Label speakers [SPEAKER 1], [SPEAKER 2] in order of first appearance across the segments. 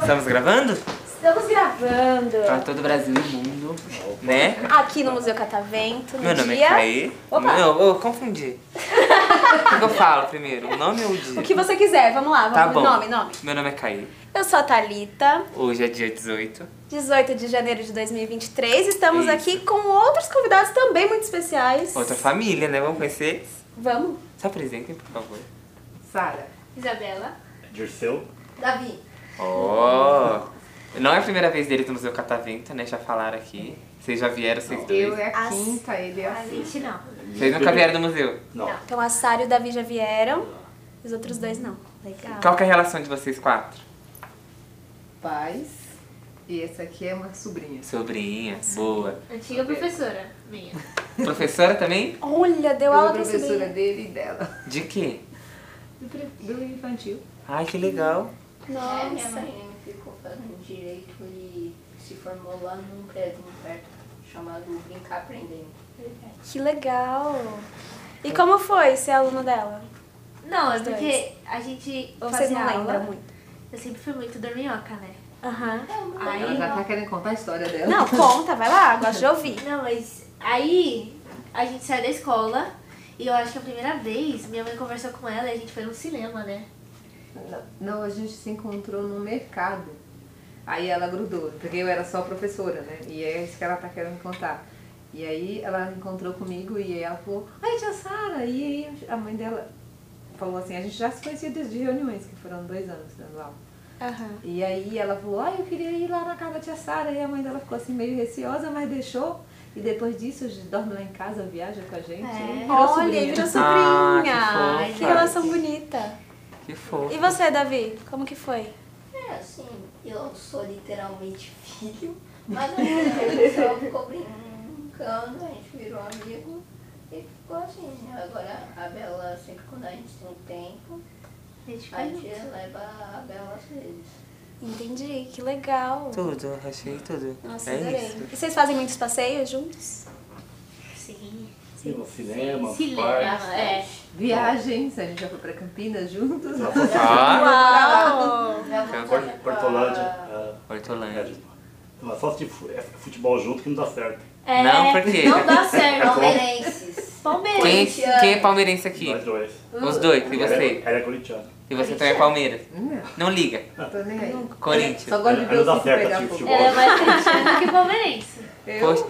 [SPEAKER 1] Estamos gravando?
[SPEAKER 2] Estamos gravando
[SPEAKER 1] Pra todo o Brasil e mundo, né?
[SPEAKER 2] aqui no Museu Catavento. No
[SPEAKER 1] Meu nome
[SPEAKER 2] dia...
[SPEAKER 1] é Caí.
[SPEAKER 2] Opa.
[SPEAKER 1] Não, eu confundi. O que que eu falo primeiro? O nome ou o dia?
[SPEAKER 2] O que você quiser, vamos lá, vamos.
[SPEAKER 1] Tá bom.
[SPEAKER 2] Nome, nome.
[SPEAKER 1] Meu nome é Caí.
[SPEAKER 2] Eu sou a Thalita,
[SPEAKER 1] Hoje é dia 18.
[SPEAKER 2] 18 de janeiro de 2023. Estamos
[SPEAKER 1] Isso.
[SPEAKER 2] aqui com outros convidados também muito especiais.
[SPEAKER 1] Outra família, né? Vamos conhecer.
[SPEAKER 2] Vamos.
[SPEAKER 1] Se apresentem, por favor.
[SPEAKER 3] Sara.
[SPEAKER 2] Isabela.
[SPEAKER 4] Dirceu?
[SPEAKER 2] Davi.
[SPEAKER 1] Ó. Não é a primeira vez deles no Museu Catavento, né? Já falaram aqui. Vocês já vieram, vocês dois.
[SPEAKER 3] Eu é a
[SPEAKER 2] As-
[SPEAKER 3] quinta, ele é a sexta.
[SPEAKER 2] gente não.
[SPEAKER 1] Vocês nunca vieram do museu.
[SPEAKER 4] Não.
[SPEAKER 2] Então a Sara e o Davi já vieram, os outros dois não. Legal.
[SPEAKER 1] Qual que é a relação de vocês quatro?
[SPEAKER 3] Pais. E essa aqui é uma sobrinha.
[SPEAKER 1] Sobrinha, boa.
[SPEAKER 5] Antiga professora minha.
[SPEAKER 1] Professora também?
[SPEAKER 2] Olha, deu
[SPEAKER 3] Eu
[SPEAKER 2] aula
[SPEAKER 3] sou
[SPEAKER 2] pra esse
[SPEAKER 3] professora
[SPEAKER 2] daí.
[SPEAKER 3] dele e dela.
[SPEAKER 1] De quê?
[SPEAKER 3] Do pre- Do infantil.
[SPEAKER 1] Ai, que legal.
[SPEAKER 5] É, minha
[SPEAKER 2] Nossa.
[SPEAKER 5] mãe.
[SPEAKER 6] ficou fazendo direito e se formou lá num prédio perto chamado Brincar Aprendendo.
[SPEAKER 2] Que legal. E como foi ser aluno dela?
[SPEAKER 5] Não, é
[SPEAKER 2] Os dois.
[SPEAKER 5] porque a gente
[SPEAKER 2] Ou vocês
[SPEAKER 5] fazia
[SPEAKER 2] não
[SPEAKER 5] aula.
[SPEAKER 2] lembram muito?
[SPEAKER 5] Eu sempre fui muito dorminhoca, né?
[SPEAKER 2] Aham.
[SPEAKER 5] Aí,
[SPEAKER 3] Ela já tá querendo contar a história dela.
[SPEAKER 2] Não, conta, vai lá, gosto de ouvir.
[SPEAKER 5] não, mas aí a gente saiu da escola e eu acho que a primeira vez minha mãe conversou com ela e a gente foi no cinema, né?
[SPEAKER 3] Não, a gente se encontrou no mercado. Aí ela grudou, porque eu era só professora, né? E é isso que ela tá querendo contar. E aí ela encontrou comigo e aí ela falou, ai tia Sara, e aí a mãe dela falou assim, a gente já se conhecia desde reuniões, que foram dois anos dando aula.
[SPEAKER 2] Aham.
[SPEAKER 3] E aí ela falou, ah, eu queria ir lá na casa da tia Sara. E a mãe dela ficou assim meio receosa, mas deixou. E depois disso, dorme lá em casa, viaja com a gente.
[SPEAKER 5] É.
[SPEAKER 3] E virou
[SPEAKER 2] Olha,
[SPEAKER 3] sobrinha.
[SPEAKER 2] e virou
[SPEAKER 1] Ah,
[SPEAKER 2] sobrinha.
[SPEAKER 1] que
[SPEAKER 2] que,
[SPEAKER 1] fofa.
[SPEAKER 2] relação bonita.
[SPEAKER 1] Que fofo.
[SPEAKER 2] E você, Davi? Como que foi?
[SPEAKER 6] É assim, eu sou literalmente filho, mas é a gente só ficou brincando, a gente virou amigo e ficou assim. né? Agora a Bela, sempre quando a gente tem um tempo,
[SPEAKER 5] A gente
[SPEAKER 6] a
[SPEAKER 5] foi no-
[SPEAKER 6] gente leva a Bela às vezes.
[SPEAKER 2] Entendi, que legal.
[SPEAKER 1] Tudo, achei tudo.
[SPEAKER 2] Nossa,
[SPEAKER 1] é
[SPEAKER 2] adorei.
[SPEAKER 1] isso.
[SPEAKER 2] E vocês fazem muitos passeios juntos?
[SPEAKER 5] Sim.
[SPEAKER 4] E no cinema,
[SPEAKER 5] Se
[SPEAKER 4] nos parques. né?
[SPEAKER 5] lembra, é.
[SPEAKER 3] Viagens, a gente já foi pra Campinas juntos.
[SPEAKER 1] Ó,
[SPEAKER 2] Uau!
[SPEAKER 6] Já
[SPEAKER 1] Porto-
[SPEAKER 6] pra-
[SPEAKER 4] Porto- Portolândia. é,
[SPEAKER 1] Hortolândia.
[SPEAKER 4] é, Mas só se fu- é futebol junto que não dá certo.
[SPEAKER 5] É,
[SPEAKER 1] Não, por quê?
[SPEAKER 5] Não dá certo.
[SPEAKER 6] Palmeirenses.
[SPEAKER 5] Palmeiras.
[SPEAKER 1] Quem, quem é palmeirense aqui?
[SPEAKER 4] Nós dois.
[SPEAKER 1] Os dois, e
[SPEAKER 4] Ela é-
[SPEAKER 1] você?
[SPEAKER 4] Ela é corintiana.
[SPEAKER 1] E você também é Palmeiras.
[SPEAKER 3] Não,
[SPEAKER 1] Não liga.
[SPEAKER 3] tô nem aí. Só
[SPEAKER 1] Corinthians.
[SPEAKER 3] gosto de ver
[SPEAKER 4] Ela
[SPEAKER 3] o
[SPEAKER 4] dá
[SPEAKER 3] cinto
[SPEAKER 4] certo,
[SPEAKER 3] pegar
[SPEAKER 4] assim,
[SPEAKER 3] fogo.
[SPEAKER 4] futebol.
[SPEAKER 5] Ela é mais corintiana que palmeirense.
[SPEAKER 3] Eu,
[SPEAKER 1] Poxa,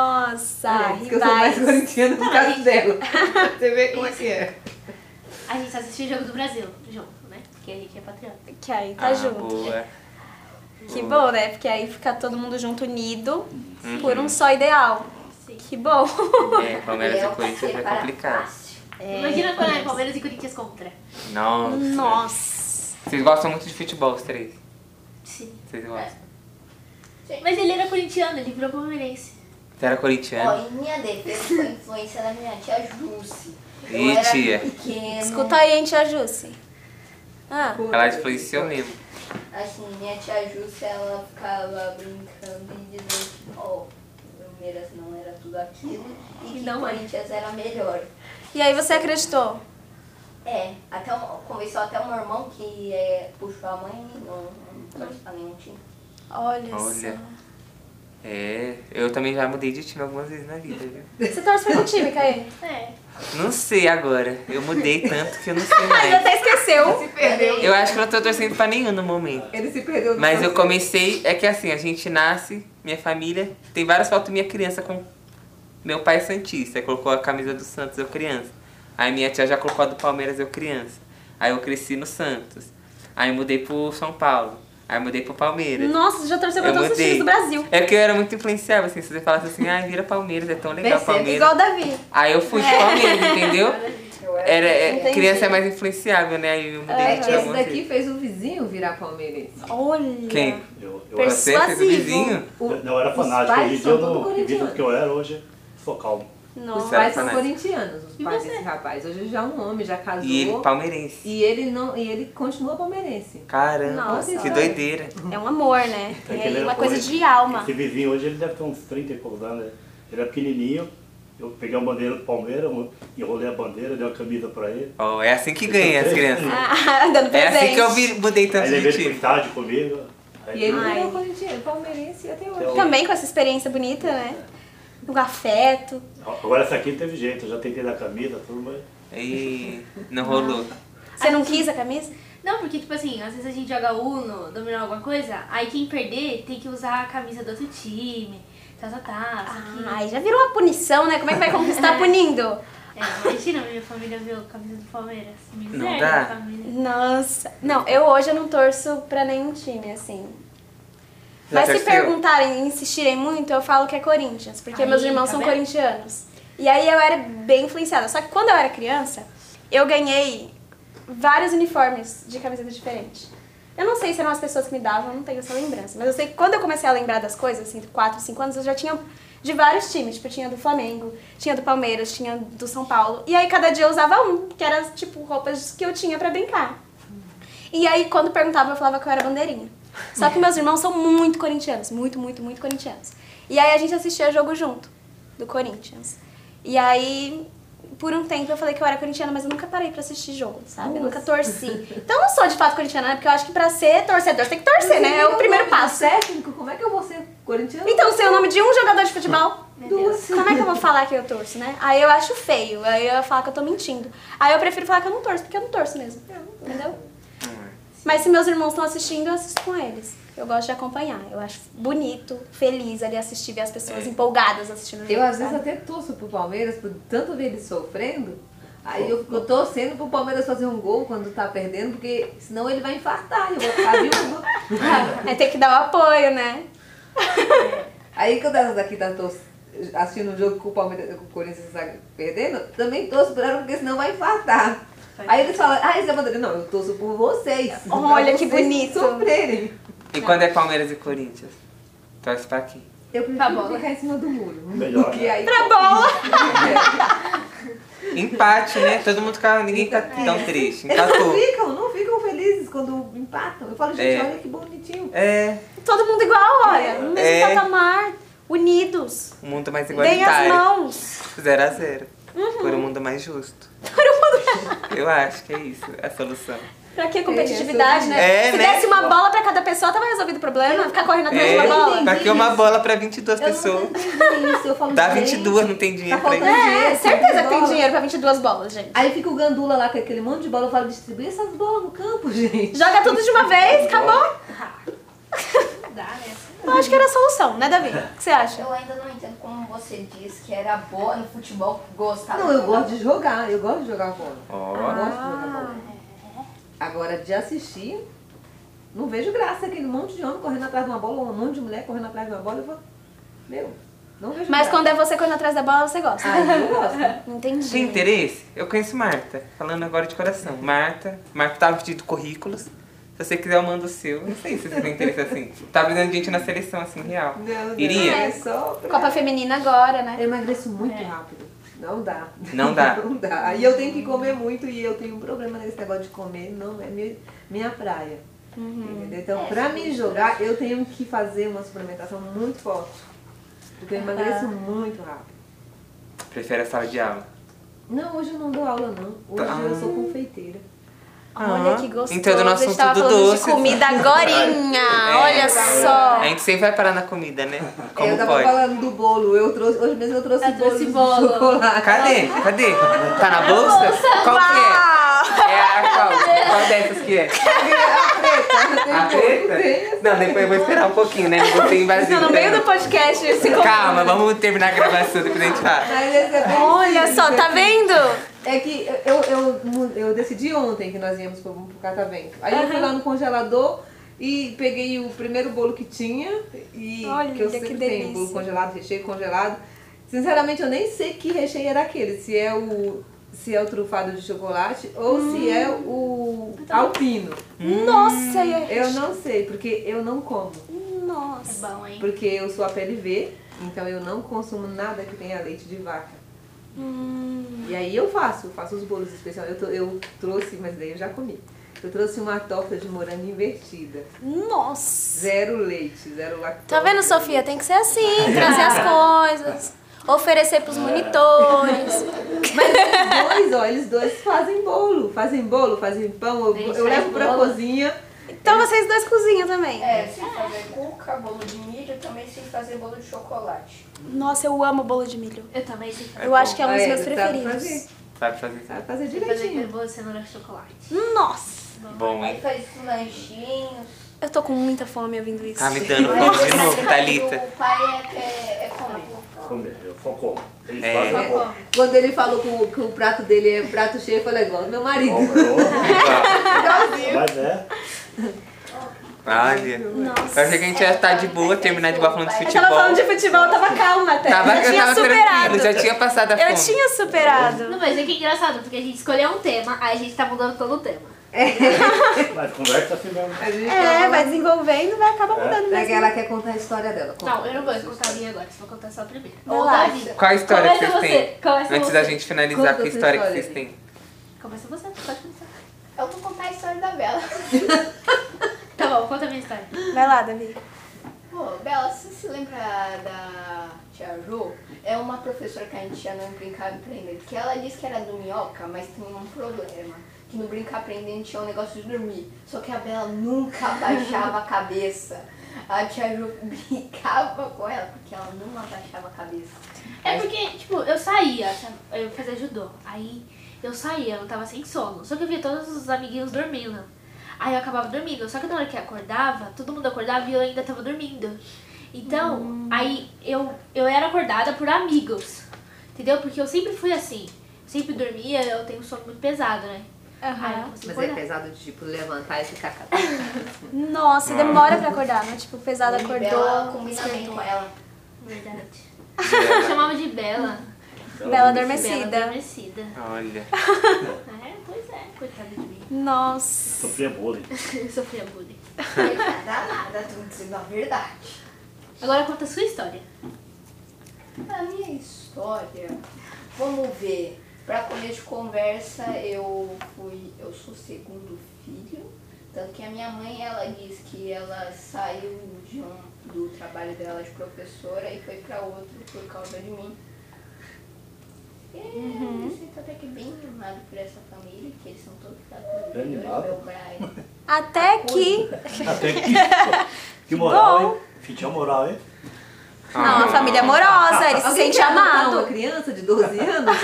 [SPEAKER 2] Nossa,
[SPEAKER 3] é, diz que eu sou mais
[SPEAKER 2] rivais.
[SPEAKER 3] corintiana por causa dela. Você vê como é que é.
[SPEAKER 5] A gente assistiu o Jogo do Brasil junto, né? Porque a gente é patriota.
[SPEAKER 2] Que aí tá
[SPEAKER 1] ah,
[SPEAKER 2] junto.
[SPEAKER 1] boa.
[SPEAKER 2] Que bom, né? Porque aí fica todo mundo junto unido por um só ideal. Que bom.
[SPEAKER 1] É, Palmeiras e
[SPEAKER 6] Bela
[SPEAKER 1] Corinthians é
[SPEAKER 6] separa
[SPEAKER 1] complicado.
[SPEAKER 6] fácil.
[SPEAKER 5] Imagina quando é Palmeiras e Corinthians contra.
[SPEAKER 1] Nossa.
[SPEAKER 2] Nossa.
[SPEAKER 1] Vocês gostam muito de futebol, os três?
[SPEAKER 5] Sim.
[SPEAKER 1] Vocês gostam?
[SPEAKER 5] Mas ele era corintiano, ele virou palmeirense.
[SPEAKER 1] Você era
[SPEAKER 6] Ó,
[SPEAKER 1] corintiano?
[SPEAKER 6] em minha defesa foi a influência da minha tia Jusce. Eu
[SPEAKER 1] Ih,
[SPEAKER 6] era
[SPEAKER 1] tia.
[SPEAKER 6] pequena.
[SPEAKER 2] Escuta aí, hein, tia Jussi. Ah,
[SPEAKER 1] Ela influenciou mesmo.
[SPEAKER 6] Assim, minha tia Jusce, ela ficava brincando e dizendo que, ó, o Palmeiras não era tudo aquilo e que o
[SPEAKER 5] não é.
[SPEAKER 6] Corinthians era melhor.
[SPEAKER 2] e aí você acreditou?
[SPEAKER 6] É, até o- convenceu até o meu irmão que é, puxou a mãe e não, não torce pra nenhum time.
[SPEAKER 2] Olha,
[SPEAKER 1] Olha.
[SPEAKER 2] só.
[SPEAKER 1] É, eu também já mudei de time algumas vezes na vida, viu?
[SPEAKER 2] Você torce pra que time, Caê?
[SPEAKER 5] É.
[SPEAKER 1] Não sei agora. Eu mudei tanto que eu não sei
[SPEAKER 2] Ah, já
[SPEAKER 1] mais.
[SPEAKER 2] até esqueceu.
[SPEAKER 3] Se perdeu.
[SPEAKER 1] Eu acho que eu não tô torcendo pra nenhum no momento.
[SPEAKER 3] Ele se perdeu. do
[SPEAKER 1] Mas eu
[SPEAKER 3] processo.
[SPEAKER 1] comecei, é que assim, a gente nasce, minha família, tem várias fotos minha criança com meu pai é santista, aí colocou a camisa do Santos eu criança. Aí minha tia já colocou a do Palmeiras eu criança. Aí eu cresci no Santos. Aí mudei pro São Paulo. Aí mudei pro Palmeiras.
[SPEAKER 2] Nossa, você já torceu pra
[SPEAKER 1] eu
[SPEAKER 2] todos os times
[SPEAKER 1] mudei.
[SPEAKER 2] do Brasil.
[SPEAKER 1] É porque eu era muito influenciável, assim, se você falasse assim, ai, vira Palmeiras, é tão legal
[SPEAKER 3] Percebe,
[SPEAKER 1] Palmeiras.
[SPEAKER 2] Igual o Davi.
[SPEAKER 1] Aí eu fui de Palmeiras, entendeu?
[SPEAKER 6] Eu era
[SPEAKER 1] Era, é,
[SPEAKER 2] Entendi.
[SPEAKER 1] criança é mais influenciável, né? Aí eu mudei
[SPEAKER 3] É,
[SPEAKER 1] de time
[SPEAKER 3] esse
[SPEAKER 1] algumas
[SPEAKER 3] daqui
[SPEAKER 1] vezes.
[SPEAKER 3] fez o vizinho virar palmeirense.
[SPEAKER 2] Olha.
[SPEAKER 1] Quem?
[SPEAKER 4] Eu, eu,
[SPEAKER 2] Perce-
[SPEAKER 4] era,
[SPEAKER 1] Você fez o
[SPEAKER 2] Persuasivo.
[SPEAKER 1] vizinho?
[SPEAKER 3] O-
[SPEAKER 4] eu não era
[SPEAKER 3] os
[SPEAKER 4] fanático.
[SPEAKER 3] pais
[SPEAKER 4] Hoje em dia
[SPEAKER 3] são
[SPEAKER 4] eu
[SPEAKER 3] tudo
[SPEAKER 4] não. Em vida do
[SPEAKER 3] corintianos.
[SPEAKER 4] que eu era, hoje sou calmo.
[SPEAKER 2] Nossa.
[SPEAKER 1] Os
[SPEAKER 3] Os pais
[SPEAKER 1] Era
[SPEAKER 3] são
[SPEAKER 1] fanático.
[SPEAKER 3] corintianos, os
[SPEAKER 5] E
[SPEAKER 3] pais
[SPEAKER 5] você?
[SPEAKER 3] desse rapaz. Hoje já é um homem, já casou.
[SPEAKER 1] E ele, palmeirense.
[SPEAKER 3] e ele não, e ele continua palmeirense.
[SPEAKER 1] Caramba,
[SPEAKER 2] Nossa.
[SPEAKER 1] que doideira.
[SPEAKER 2] É um amor, né?
[SPEAKER 1] Tá
[SPEAKER 4] É que
[SPEAKER 2] É
[SPEAKER 4] ele
[SPEAKER 2] uma
[SPEAKER 4] era
[SPEAKER 2] coisa
[SPEAKER 4] poeta.
[SPEAKER 2] de alma.
[SPEAKER 4] Esse vizinho hoje ele deve ter uns 30 e poucos anos. né? Ele é pequenininho. Eu peguei a bandeira do Palmeiras, um, enrolei a bandeira, dei uma camisa pra ele.
[SPEAKER 1] Ó, é assim que ganha as crianças.
[SPEAKER 2] Ah, dando
[SPEAKER 1] É
[SPEAKER 2] presente.
[SPEAKER 1] assim que eu vi- mudei
[SPEAKER 4] Aí
[SPEAKER 1] tanto
[SPEAKER 4] levei
[SPEAKER 1] de
[SPEAKER 4] ele pro
[SPEAKER 1] time.
[SPEAKER 4] estádio comigo. Aí
[SPEAKER 3] E ele
[SPEAKER 2] Ai.
[SPEAKER 3] virou corintiano, palmeirense até hoje.
[SPEAKER 4] Até hoje.
[SPEAKER 2] Também com essa experiência bonita, né? O afeto.
[SPEAKER 4] Agora essa aqui não teve jeito, eu já tentei dar camisa, tudo, mas.
[SPEAKER 1] E não rolou.
[SPEAKER 2] Você
[SPEAKER 3] Ah,
[SPEAKER 2] não quis a camisa?
[SPEAKER 5] Não, porque, tipo assim, às vezes a gente joga Uno, domina alguma coisa, aí quem perder tem que usar a camisa do outro time, tá, tá, tá,
[SPEAKER 3] Ah,
[SPEAKER 5] isso aqui.
[SPEAKER 2] Ai, Ah, já virou uma punição, né? Como é que vai conquistar punindo?
[SPEAKER 5] É, imagina, minha família viu a camisa do Palmeiras. Miséria
[SPEAKER 1] Não dá.
[SPEAKER 5] da família.
[SPEAKER 2] Nossa. Não, eu hoje eu não torço pra nenhum time, assim.
[SPEAKER 1] Já
[SPEAKER 2] Mas se
[SPEAKER 1] torceu?
[SPEAKER 2] perguntarem e insistirem muito, eu falo que é Corinthians, porque
[SPEAKER 5] Aí,
[SPEAKER 2] meus irmãos
[SPEAKER 5] tá
[SPEAKER 2] são
[SPEAKER 5] vendo?
[SPEAKER 2] corintianos. E aí eu era bem influenciada. Só que quando eu era criança, eu ganhei vários uniformes de camiseta diferente. Eu não sei se eram as pessoas que me davam, eu não tenho essa lembrança. Mas eu sei que quando eu comecei a lembrar das coisas, assim, de 4, 5 anos, eu já tinha de vários times. Tipo, eu tinha do Flamengo, tinha do Palmeiras, tinha do São Paulo. E aí cada dia eu usava um, que era tipo roupas que eu tinha pra brincar. E aí, quando perguntava, eu falava que eu era bandeirinha. Só que meus irmãos são muito corintianos, muito, muito, muito corintianos. E aí a gente assistia jogo junto, do Corinthians. E aí, por um tempo eu falei que eu era corintiana, mas eu nunca parei pra assistir jogo, sabe? Eu nunca torci. Então eu não sou de fato corintiana, né? porque eu acho que pra ser torcedor tem que torcer, né? É o primeiro passo.
[SPEAKER 3] Técnico, como é que eu vou ser corintiano?
[SPEAKER 2] Então, sei o nome de um jogador de futebol.
[SPEAKER 3] Duas.
[SPEAKER 2] Como é que eu vou falar que eu torço, né? Aí eu acho feio, aí eu falo que eu tô mentindo. Aí eu prefiro falar que eu não torço, porque eu não torço mesmo. Entendeu? Mas se meus irmãos estão assistindo, eu assisto com eles. Eu gosto de acompanhar. Eu acho bonito, feliz ali assistir, ver as
[SPEAKER 1] É.
[SPEAKER 2] pessoas empolgadas assistindo o jogo.
[SPEAKER 3] Eu às vezes
[SPEAKER 2] sabe?
[SPEAKER 3] até torço pro Palmeiras, por tanto ver ele sofrendo. Aí eu fico torcendo pro Palmeiras fazer um gol quando tá perdendo, porque senão ele vai infartar. Eu vou ficar viúva.
[SPEAKER 2] É ter que dar o apoio, né?
[SPEAKER 3] Aí quando elas aqui tá tor- assistindo um jogo que o Palmeiras, que o Corinthians está perdendo, também torço por ela, porque senão vai infartar. Aí eles falam, ah, esse é bandeira. Não, eu torço por vocês.
[SPEAKER 2] Olha,
[SPEAKER 3] pra
[SPEAKER 2] que
[SPEAKER 3] vocês
[SPEAKER 2] bonito.
[SPEAKER 3] Sofrerem.
[SPEAKER 1] E quando é Palmeiras e Corinthians? Torce pra quem?
[SPEAKER 3] Eu prefiro
[SPEAKER 5] Tá bom, né?
[SPEAKER 3] ficar em cima do muro.
[SPEAKER 4] Melhor,
[SPEAKER 3] Porque
[SPEAKER 4] né?
[SPEAKER 3] aí
[SPEAKER 2] Tá bom!
[SPEAKER 1] Empate, né? Todo mundo fica. Ninguém tá tão triste.
[SPEAKER 3] eles não
[SPEAKER 1] Encatou.
[SPEAKER 3] ficam, não ficam felizes quando empatam. Eu falo, gente,
[SPEAKER 1] É.
[SPEAKER 3] olha que bonitinho.
[SPEAKER 1] É,
[SPEAKER 2] Todo mundo igual, olha. No mesmo
[SPEAKER 1] É.
[SPEAKER 2] patamar. Unidos.
[SPEAKER 1] o mundo mais
[SPEAKER 2] Deem as
[SPEAKER 1] igualitário.
[SPEAKER 2] mãos. Uhum.
[SPEAKER 1] 0 a 0 Por um mundo mais justo.
[SPEAKER 2] um
[SPEAKER 1] Eu acho que é isso a solução.
[SPEAKER 2] Pra que competitividade, né?
[SPEAKER 1] É,
[SPEAKER 2] Se
[SPEAKER 1] né?
[SPEAKER 2] desse uma bola pra cada pessoa, tava resolvido o problema. Ficar correndo atrás de
[SPEAKER 1] É,
[SPEAKER 2] uma bola.
[SPEAKER 1] pra que uma bola pra 22
[SPEAKER 3] Eu não
[SPEAKER 1] pessoas?
[SPEAKER 3] entendi isso. Eu falo,
[SPEAKER 1] Dá
[SPEAKER 3] gente, tá
[SPEAKER 1] 22, não tem dinheiro pra
[SPEAKER 3] faltando-
[SPEAKER 1] isso.
[SPEAKER 2] É, certeza que tem
[SPEAKER 3] Bola.
[SPEAKER 2] dinheiro pra 22 bolas, gente.
[SPEAKER 3] Aí fica o Gandula lá com aquele monte de bola. Eu falo, distribui essas bolas no campo, gente.
[SPEAKER 2] Joga tudo de uma vez, acabou.
[SPEAKER 5] Dá, né?
[SPEAKER 2] Eu acho que era a solução, né, Davi? O que você acha?
[SPEAKER 6] Eu ainda não entendo como você diz que era boa no futebol, que gostava.
[SPEAKER 3] Não, eu gosto de jogar. Eu gosto de jogar bola. Eu
[SPEAKER 1] Ó,
[SPEAKER 3] gosto de jogar bola. Agora, de assistir, não vejo graça. Aquele monte de homem correndo atrás de uma bola, ou um monte de mulher correndo atrás de uma bola. Eu falo, meu, não vejo
[SPEAKER 2] Mas
[SPEAKER 3] graça.
[SPEAKER 2] quando é você correndo atrás da bola, você gosta.
[SPEAKER 3] Aí eu gosto.
[SPEAKER 2] Entendi.
[SPEAKER 1] tem interesse? Eu conheço Marta, falando agora de coração. Marta, Marta tava pedindo currículos. Se você quiser, eu mando o seu. Não sei se você tem interesse assim. Tá precisando de gente na seleção, assim, real.
[SPEAKER 3] Não, não,
[SPEAKER 1] Iria?
[SPEAKER 3] é só pra-
[SPEAKER 2] Copa Feminina agora,
[SPEAKER 3] Eu
[SPEAKER 2] né?
[SPEAKER 3] emagreço muito rápido. Não dá.
[SPEAKER 1] Não dá.
[SPEAKER 3] não dá. E eu tenho que comer muito e eu tenho um problema nesse negócio de comer, não é mi- minha praia. Entendeu? Então, pra me jogar, eu tenho que fazer uma suplementação muito forte. Porque eu emagreço muito rápido.
[SPEAKER 1] Prefere a sala de aula.
[SPEAKER 3] Não, hoje eu não dou aula, não. Hoje
[SPEAKER 1] Tá.
[SPEAKER 3] eu sou confeiteira.
[SPEAKER 2] Olha
[SPEAKER 1] Ah,
[SPEAKER 2] que gostoso.
[SPEAKER 1] então do nosso
[SPEAKER 2] a gente tava
[SPEAKER 1] assunto
[SPEAKER 2] falando
[SPEAKER 1] doce. É.
[SPEAKER 2] de comida agorinha. Ah, Olha só.
[SPEAKER 1] A gente sempre vai parar na comida, né? Como
[SPEAKER 3] É, eu tava
[SPEAKER 1] pode?
[SPEAKER 3] falando do bolo. Eu trouxe, hoje mesmo eu trouxe
[SPEAKER 5] Eu
[SPEAKER 3] bolo
[SPEAKER 5] trouxe
[SPEAKER 3] de
[SPEAKER 5] bolo.
[SPEAKER 3] chocolate.
[SPEAKER 1] Cadê? Cadê? Tá na bolsa? Qual que é? É a qual? Qual dessas que é? A preta? Não, depois eu vou esperar um pouquinho, né? Não tem invasivo. né?
[SPEAKER 2] Então, no meio do podcast, se com...
[SPEAKER 1] Calma, vamos terminar a gravação, depois a gente fala.
[SPEAKER 3] Mas esse é bem
[SPEAKER 2] Olha
[SPEAKER 3] simples,
[SPEAKER 2] só, tá
[SPEAKER 3] assim.
[SPEAKER 2] vendo?
[SPEAKER 3] É que eu, eu, mu- eu decidi ontem que nós íamos pro, pro catavento. Aí eu fui lá no congelador e peguei o primeiro bolo que tinha. E
[SPEAKER 2] Olha,
[SPEAKER 3] que eu
[SPEAKER 2] que
[SPEAKER 3] sempre
[SPEAKER 2] delícia.
[SPEAKER 3] tenho, bolo congelado, recheio congelado. Sinceramente, eu nem sei que recheio era aquele. Se é o, se é o trufado de chocolate ou
[SPEAKER 2] Hum.
[SPEAKER 3] se é o alpino.
[SPEAKER 1] Hum.
[SPEAKER 2] Nossa, e é...
[SPEAKER 3] Eu não sei, porque eu não como.
[SPEAKER 5] É
[SPEAKER 2] Nossa.
[SPEAKER 5] bom, hein?
[SPEAKER 3] Porque eu sou a PLV, então eu não consumo nada que tenha leite de vaca.
[SPEAKER 2] Hum.
[SPEAKER 3] E aí eu faço, eu faço os bolos especiais. Eu, tô- eu trouxe, mas daí eu já comi. Eu trouxe uma torta de morango invertida.
[SPEAKER 2] Nossa!
[SPEAKER 3] Zero leite, zero lactose.
[SPEAKER 2] Tá vendo, Sofia? Tem que ser assim, trazer as coisas, oferecer pros monitores.
[SPEAKER 3] Os dois, ó, eles dois fazem bolo. Fazem bolo, fazem pão. Eu,
[SPEAKER 5] Eles
[SPEAKER 3] eu
[SPEAKER 5] fazem
[SPEAKER 3] levo pra
[SPEAKER 5] bolo.
[SPEAKER 3] cozinha.
[SPEAKER 2] Então vocês dois cozinham também.
[SPEAKER 6] É, sem fazer cuca, bolo de milho, também sem fazer bolo de chocolate.
[SPEAKER 2] Nossa, eu amo bolo de milho.
[SPEAKER 5] Eu também sei fazer.
[SPEAKER 2] Eu acho que é um dos
[SPEAKER 6] Ah,
[SPEAKER 3] Aí,
[SPEAKER 2] meus
[SPEAKER 6] tá
[SPEAKER 3] sabe
[SPEAKER 2] preferidos.
[SPEAKER 3] fazer,
[SPEAKER 1] Sabe fazer isso?
[SPEAKER 3] Sabe fazer
[SPEAKER 5] Sei fazer aquele
[SPEAKER 3] direitinho.
[SPEAKER 5] bolo de cenoura com chocolate.
[SPEAKER 2] Nossa!
[SPEAKER 1] Bom,
[SPEAKER 6] Aí
[SPEAKER 1] hein?
[SPEAKER 6] faz lanchinhos.
[SPEAKER 2] Eu tô com muita fome ouvindo isso.
[SPEAKER 1] Tá me dando fome de novo, Thalita.
[SPEAKER 6] O pai é, que é, é comer.
[SPEAKER 4] Comer, eu só como. Eles
[SPEAKER 1] É.
[SPEAKER 4] fazem
[SPEAKER 5] Tá
[SPEAKER 4] a boca.
[SPEAKER 5] bom.
[SPEAKER 3] Quando ele falou que o, que o prato dele é prato cheio, eu falei, igual do meu marido.
[SPEAKER 4] Mas é.
[SPEAKER 1] Olha.
[SPEAKER 2] Nossa.
[SPEAKER 1] Eu achei que a gente ia estar de boa, terminar de boa falando de
[SPEAKER 6] Eu
[SPEAKER 2] Eu tava
[SPEAKER 1] futebol.
[SPEAKER 2] falando de futebol, eu tava calma até.
[SPEAKER 1] Tava,
[SPEAKER 2] eu
[SPEAKER 1] eu
[SPEAKER 2] tinha
[SPEAKER 1] tava
[SPEAKER 2] superado.
[SPEAKER 1] tranquilo, já tinha passado a fome.
[SPEAKER 2] Eu tinha
[SPEAKER 5] Não,
[SPEAKER 2] superado.
[SPEAKER 5] mas é que é engraçado, porque a gente escolheu um tema, aí a gente tá mudando todo o tema.
[SPEAKER 4] Mas conversa assim mesmo.
[SPEAKER 3] A gente
[SPEAKER 2] É,
[SPEAKER 3] tava-
[SPEAKER 2] vai desenvolvendo, vai acabar
[SPEAKER 1] É.
[SPEAKER 2] mudando
[SPEAKER 3] Daí
[SPEAKER 2] mesmo.
[SPEAKER 3] ela quer contar a história dela. Conta.
[SPEAKER 5] Não, eu não vou contar a minha agora, só vou contar só a primeira.
[SPEAKER 2] Vai
[SPEAKER 5] Ou
[SPEAKER 2] lá.
[SPEAKER 5] da vida.
[SPEAKER 1] Qual a história que
[SPEAKER 5] Começa
[SPEAKER 1] vocês
[SPEAKER 5] você,
[SPEAKER 1] têm?
[SPEAKER 5] começa
[SPEAKER 1] Antes
[SPEAKER 5] você.
[SPEAKER 1] da gente finalizar, que
[SPEAKER 3] Conta a sua
[SPEAKER 1] história que
[SPEAKER 3] história,
[SPEAKER 1] vocês têm?
[SPEAKER 5] Começa você, pode começar.
[SPEAKER 6] Eu vou contar a história da Bela.
[SPEAKER 5] Tá bom, conta a minha história.
[SPEAKER 2] Vai lá, Davi.
[SPEAKER 6] Pô, Bela, você se lembra da tia Ju? É uma professora que a gente tinha no Brincar Aprendendo, que ela disse que era do Minhoca, mas tem um problema. Que no Brincar Aprendendo tinha um negócio de dormir. Só que a Bela nunca abaixava a cabeça. A tia Ju brincava com ela, porque ela não abaixava a cabeça.
[SPEAKER 5] É porque, tipo, eu saía, sabe? eu fazia judô. Aí eu saía, eu tava sem sono. Só que eu via todos os amiguinhos dormindo. Aí eu acabava dormindo. Só que na hora que eu acordava, todo mundo acordava e eu ainda tava dormindo. Então,
[SPEAKER 2] Hum.
[SPEAKER 5] aí eu, eu era acordada por amigos. Entendeu? Porque eu sempre fui assim. Sempre dormia, eu tenho um sono muito pesado, né? Aí eu não consigo
[SPEAKER 3] Mas é
[SPEAKER 5] acordar.
[SPEAKER 3] pesado de tipo levantar e ficar
[SPEAKER 2] Nossa, demora pra acordar, né? Tipo, pesado
[SPEAKER 6] E Bela
[SPEAKER 2] acordou.
[SPEAKER 6] combina bem com ela.
[SPEAKER 5] Verdade. Eu
[SPEAKER 1] Bela.
[SPEAKER 5] chamava de Bela.
[SPEAKER 2] Hum. Bela
[SPEAKER 5] Bela
[SPEAKER 2] adormecida.
[SPEAKER 5] adormecida.
[SPEAKER 1] Olha.
[SPEAKER 5] É, pois é, coitada de mim.
[SPEAKER 2] Nossa.
[SPEAKER 4] Sofria bullying.
[SPEAKER 5] Eu sofria bullying.
[SPEAKER 6] Nada, nada, tô dizendo a verdade.
[SPEAKER 5] Agora conta a sua história.
[SPEAKER 6] A minha história, vamos ver. Pra começo de conversa, eu fui, eu sou segundo filho, tanto que a minha mãe, ela diz que ela saiu de um, do trabalho dela de professora e foi pra outro por causa de mim. E é eu me sinto até que tá bem animado por essa família, que eles são todos da
[SPEAKER 4] Bem animado.
[SPEAKER 6] meu pai.
[SPEAKER 2] Até que.
[SPEAKER 4] Até que. Que moral,
[SPEAKER 2] Bom.
[SPEAKER 4] hein? Que tinha moral, hein?
[SPEAKER 1] Ah.
[SPEAKER 2] Não, a família é amorosa, ele se sente
[SPEAKER 3] Tá, Uma
[SPEAKER 2] amado.
[SPEAKER 3] criança de 12 anos?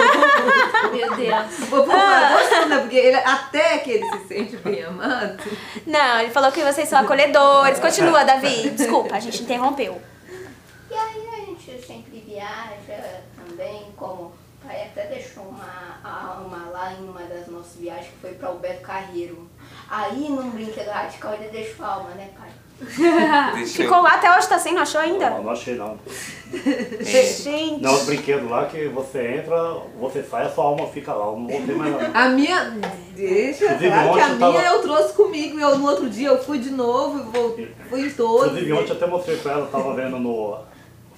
[SPEAKER 5] Meu Deus.
[SPEAKER 3] Vou pôr uma vacina, porque ele, até que ele se sente bem amado.
[SPEAKER 2] Não, ele falou que vocês são acolhedores. Continua, Davi. Desculpa, a gente interrompeu.
[SPEAKER 6] E aí a gente sempre viaja também, como o pai até deixou uma alma lá em uma das nossas viagens, que foi para Alberto Carreiro. Aí num brinquedo radical ele deixou a alma, né pai?
[SPEAKER 1] Deixa eu-
[SPEAKER 2] Ficou lá até hoje, tá sem? Não achou ainda?
[SPEAKER 4] Não, não achei não.
[SPEAKER 5] É.
[SPEAKER 2] Gente.
[SPEAKER 4] Não, os brinquedos lá que você entra, você sai, a sua alma fica lá. Eu não voltei mais lá.
[SPEAKER 3] A minha. Deixa
[SPEAKER 4] Inclusive,
[SPEAKER 3] claro que a minha
[SPEAKER 4] ontem eu tava-
[SPEAKER 3] eu trouxe comigo. Eu, no outro dia eu fui de novo e voltei. Fui em todos.
[SPEAKER 4] Inclusive, ontem eu até mostrei pra ela, eu tava vendo no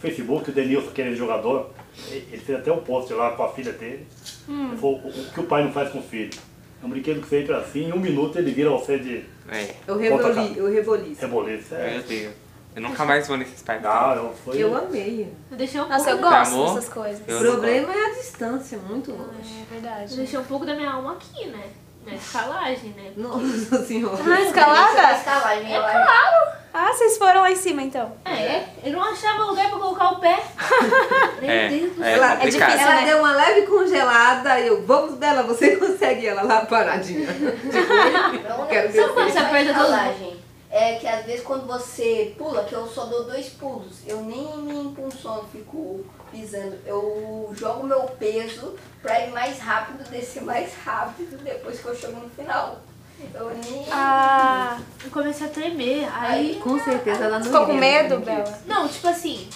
[SPEAKER 4] Facebook o Denilson, aquele jogador, ele fez até um post lá com a filha dele. Ele falou, o o que o pai não faz com o filho. É um brinquedo que você entra assim, em um minuto ele vira você de
[SPEAKER 1] É.
[SPEAKER 3] Eu
[SPEAKER 4] Conta, cara.
[SPEAKER 3] reboli, eu reboli.
[SPEAKER 4] reboliço. É.
[SPEAKER 1] Meu Deus. Eu nunca mais vou nesses parques.
[SPEAKER 4] Não, Ah, eu fui.
[SPEAKER 3] Eu amei.
[SPEAKER 5] Eu deixei um
[SPEAKER 2] Nossa, eu
[SPEAKER 5] pouco.
[SPEAKER 2] gosto
[SPEAKER 1] Amor?
[SPEAKER 2] dessas coisas.
[SPEAKER 1] Eu
[SPEAKER 3] O
[SPEAKER 1] não
[SPEAKER 3] problema é a distância, muito longe.
[SPEAKER 2] É
[SPEAKER 5] Eu
[SPEAKER 2] verdade.
[SPEAKER 5] deixei um pouco da minha alma aqui, né? Na escalagem, né?
[SPEAKER 3] Nossa senhora.
[SPEAKER 2] Ah,
[SPEAKER 6] Isso é
[SPEAKER 2] escalada?
[SPEAKER 6] escalagem, eu acho.
[SPEAKER 2] Ah, vocês foram lá em cima então.
[SPEAKER 5] É, eu não achava lugar pra colocar o pé. Meu
[SPEAKER 1] É,
[SPEAKER 5] Deus do
[SPEAKER 1] é
[SPEAKER 5] céu.
[SPEAKER 2] Ela- é
[SPEAKER 1] complicado.
[SPEAKER 2] difícil.
[SPEAKER 3] Ela
[SPEAKER 2] né?
[SPEAKER 3] deu uma leve congelada e eu, vamos dela, você consegue ela lá paradinha.
[SPEAKER 6] Não,
[SPEAKER 3] Quero
[SPEAKER 6] não,
[SPEAKER 3] ver
[SPEAKER 6] não,
[SPEAKER 5] se
[SPEAKER 6] isso é
[SPEAKER 5] aperta todo mundo.
[SPEAKER 6] escalagem. É que às vezes quando você pula, que eu só dou dois pulos, eu nem me impulsiono, fico pisando. Eu jogo meu peso pra ir mais rápido, descer mais rápido depois que eu chego no final. Eu nem.
[SPEAKER 2] Ah,
[SPEAKER 5] Eu comecei a tremer. Aí.
[SPEAKER 6] Aí-
[SPEAKER 3] Com certeza ela não
[SPEAKER 2] ficou com
[SPEAKER 3] iria
[SPEAKER 2] medo,
[SPEAKER 3] fazer isso.
[SPEAKER 2] Bela?
[SPEAKER 5] Não, tipo assim.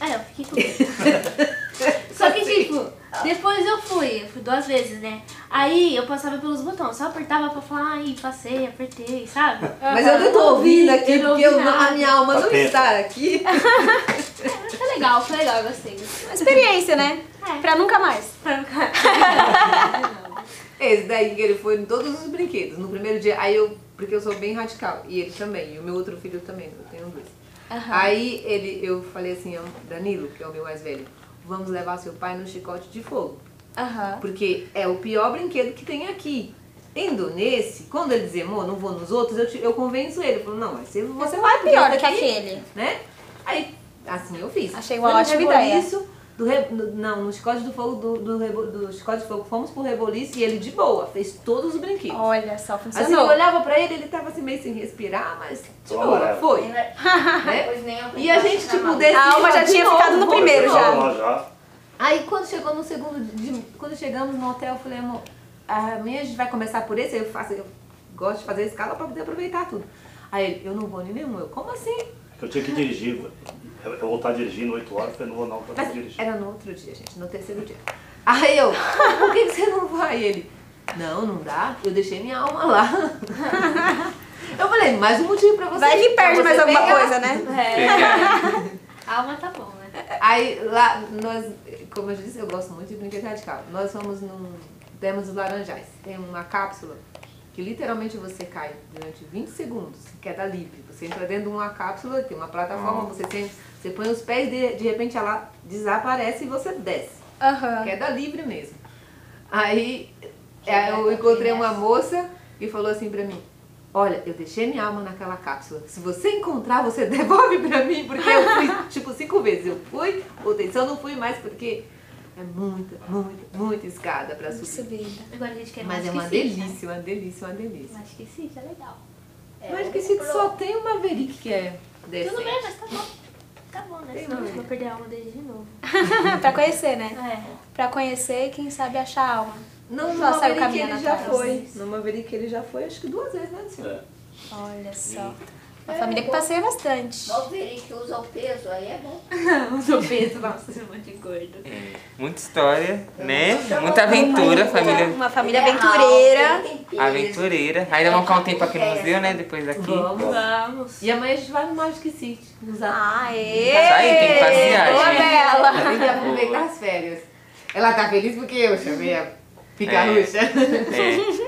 [SPEAKER 5] É, eu fiquei com medo. Só que, tipo, depois eu fui, eu fui duas vezes, né? Aí eu passava pelos botões, só apertava pra falar, ai, passei, apertei, sabe?
[SPEAKER 3] Mas eu não tô ouvindo aqui
[SPEAKER 5] Eu não
[SPEAKER 3] porque eu
[SPEAKER 5] ouvi
[SPEAKER 3] não- a
[SPEAKER 5] nada.
[SPEAKER 3] minha alma não
[SPEAKER 4] Pateta.
[SPEAKER 3] está aqui.
[SPEAKER 5] Foi legal, foi legal, eu gostei.
[SPEAKER 2] uma experiência, né? Pra nunca mais.
[SPEAKER 3] Esse daí que ele foi em todos os brinquedos. No primeiro dia, aí eu. Porque eu sou bem radical. E ele também. E o meu outro filho também. Eu tenho dois. Aí ele, eu falei assim, ó, Danilo, que é o meu mais velho, vamos levar seu pai no chicote de fogo.
[SPEAKER 2] Aham.
[SPEAKER 3] Porque é o pior brinquedo que tem aqui. Indo nesse, quando ele dizer, amor, não vou nos outros, eu, te- eu convenço ele. Eu falo, não, mas você, você vai porque
[SPEAKER 2] é Pior
[SPEAKER 3] esse
[SPEAKER 2] que
[SPEAKER 3] aqui,
[SPEAKER 2] aquele.
[SPEAKER 3] Né? Aí, assim eu fiz.
[SPEAKER 2] Achei uma
[SPEAKER 3] Fui no
[SPEAKER 2] ótima ideia.
[SPEAKER 3] Reboliço, do re- no- não, no chicote do fogo, do, do, rebo- do chicote de fogo, fomos pro reboliço e ele de boa, fez todos os brinquedos.
[SPEAKER 2] Olha só,
[SPEAKER 3] Assim, eu
[SPEAKER 2] funcionou.
[SPEAKER 3] olhava pra ele, ele tava assim meio sem respirar, mas de
[SPEAKER 4] Olha.
[SPEAKER 3] boa, foi. né?
[SPEAKER 6] Depois né? nem eu
[SPEAKER 3] é-
[SPEAKER 6] assim, tá
[SPEAKER 3] E a gente, tipo,
[SPEAKER 6] pudesse.
[SPEAKER 3] decidiu,
[SPEAKER 2] A alma já
[SPEAKER 3] de
[SPEAKER 2] tinha
[SPEAKER 3] novo,
[SPEAKER 2] ficado no
[SPEAKER 3] vamos de
[SPEAKER 2] primeiro,
[SPEAKER 3] novo.
[SPEAKER 2] já.
[SPEAKER 4] Lá já.
[SPEAKER 3] Aí quando chegou no segundo, de- quando chegamos no hotel, eu falei, amor, amanhã a gente vai começar por esse, eu faço, eu gosto de fazer a escala pra poder aproveitar tudo. Aí ele, eu não vou em nenhum, eu, como assim?
[SPEAKER 4] Eu tinha que dirigir. velho. Eu eu vou estar dirigindo 8 horas, eu falei, não vou não, eu vou
[SPEAKER 3] Mas
[SPEAKER 4] dirigir.
[SPEAKER 3] era no outro dia, gente, no terceiro dia. Aí eu, por que, que você não vai? Ele, não, não dá, eu deixei minha alma lá. Eu falei, mais um motivo pra você.
[SPEAKER 2] Vai que
[SPEAKER 3] pra
[SPEAKER 2] perde
[SPEAKER 3] você
[SPEAKER 2] mais alguma
[SPEAKER 3] pegar."
[SPEAKER 2] coisa, né?
[SPEAKER 1] Pegar.
[SPEAKER 5] Alma tá bom, né?
[SPEAKER 3] Aí lá, nós, como eu disse, eu gosto muito de brinquedo radical. Nós fomos num. Demos os laranjais. Tem uma cápsula que literalmente você cai durante 20 segundos, queda livre. Você entra dentro de uma cápsula, tem uma plataforma, você, tem, você põe os pés de, de repente ela desaparece e você desce.
[SPEAKER 2] Aham.
[SPEAKER 3] Queda livre mesmo. Aí é, eu encontrei uma moça e falou assim pra mim, olha, eu deixei minha alma naquela cápsula. Se você encontrar, você devolve pra mim, porque eu fui, tipo, cinco vezes. Eu fui, voltei. Só não fui mais porque é muita, muita, muita escada pra subir.
[SPEAKER 2] Subida.
[SPEAKER 5] Agora a gente quer
[SPEAKER 3] Mas
[SPEAKER 5] mais
[SPEAKER 3] é uma
[SPEAKER 5] esquisito, né?
[SPEAKER 3] delícia, uma delícia, uma delícia.
[SPEAKER 5] Mas que sim, é legal.
[SPEAKER 3] Mas que se só tem uma Maverick que é
[SPEAKER 5] Tudo bem,
[SPEAKER 3] decente.
[SPEAKER 5] mas tá bom. Tá bom, né?
[SPEAKER 3] Tem
[SPEAKER 5] Senão
[SPEAKER 3] nome.
[SPEAKER 5] eu vou perder a alma dele de novo.
[SPEAKER 2] pra conhecer, né?
[SPEAKER 5] É.
[SPEAKER 2] Pra conhecer e quem sabe achar a alma.
[SPEAKER 3] Não, no
[SPEAKER 2] Só saiu
[SPEAKER 3] Maverick
[SPEAKER 2] caminhando
[SPEAKER 3] ele já
[SPEAKER 2] atrás.
[SPEAKER 3] foi. No Maverick ele já foi, acho que duas vezes, né, senhora?
[SPEAKER 4] É.
[SPEAKER 2] Olha só. A
[SPEAKER 6] É,
[SPEAKER 2] família que
[SPEAKER 6] bom.
[SPEAKER 2] passeia bastante.
[SPEAKER 6] Malveri que usa o peso, aí é bom.
[SPEAKER 5] Usou peso, nossa, esse monte de gordo.
[SPEAKER 1] É, Muita história, né? Muita aventura, família
[SPEAKER 2] Uma família
[SPEAKER 6] Ele é alto,
[SPEAKER 2] aventureira.
[SPEAKER 6] ele tem peso.
[SPEAKER 1] aventureira. Ainda vamos ficar um tempo aqui no museu, né? Depois daqui. Isso
[SPEAKER 3] É. Vamos.
[SPEAKER 5] Vamos.
[SPEAKER 3] E amanhã a gente vai no Magic City usar.
[SPEAKER 6] Ah, é
[SPEAKER 2] Aê!
[SPEAKER 1] aí, tem que passear.
[SPEAKER 2] Boa,
[SPEAKER 1] gente.
[SPEAKER 2] Bela!
[SPEAKER 3] Tem que aproveitar as férias. Ela tá feliz porque eu chamei a picarucha.
[SPEAKER 1] É.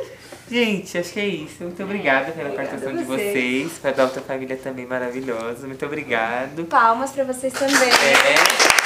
[SPEAKER 1] Gente, acho que é isso. Muito obrigada pela
[SPEAKER 3] Obrigada
[SPEAKER 1] participação
[SPEAKER 3] a
[SPEAKER 1] de
[SPEAKER 3] vocês.
[SPEAKER 1] vocês. Para da outra família também maravilhosa. Muito obrigado.
[SPEAKER 2] Palmas pra vocês também.
[SPEAKER 1] É.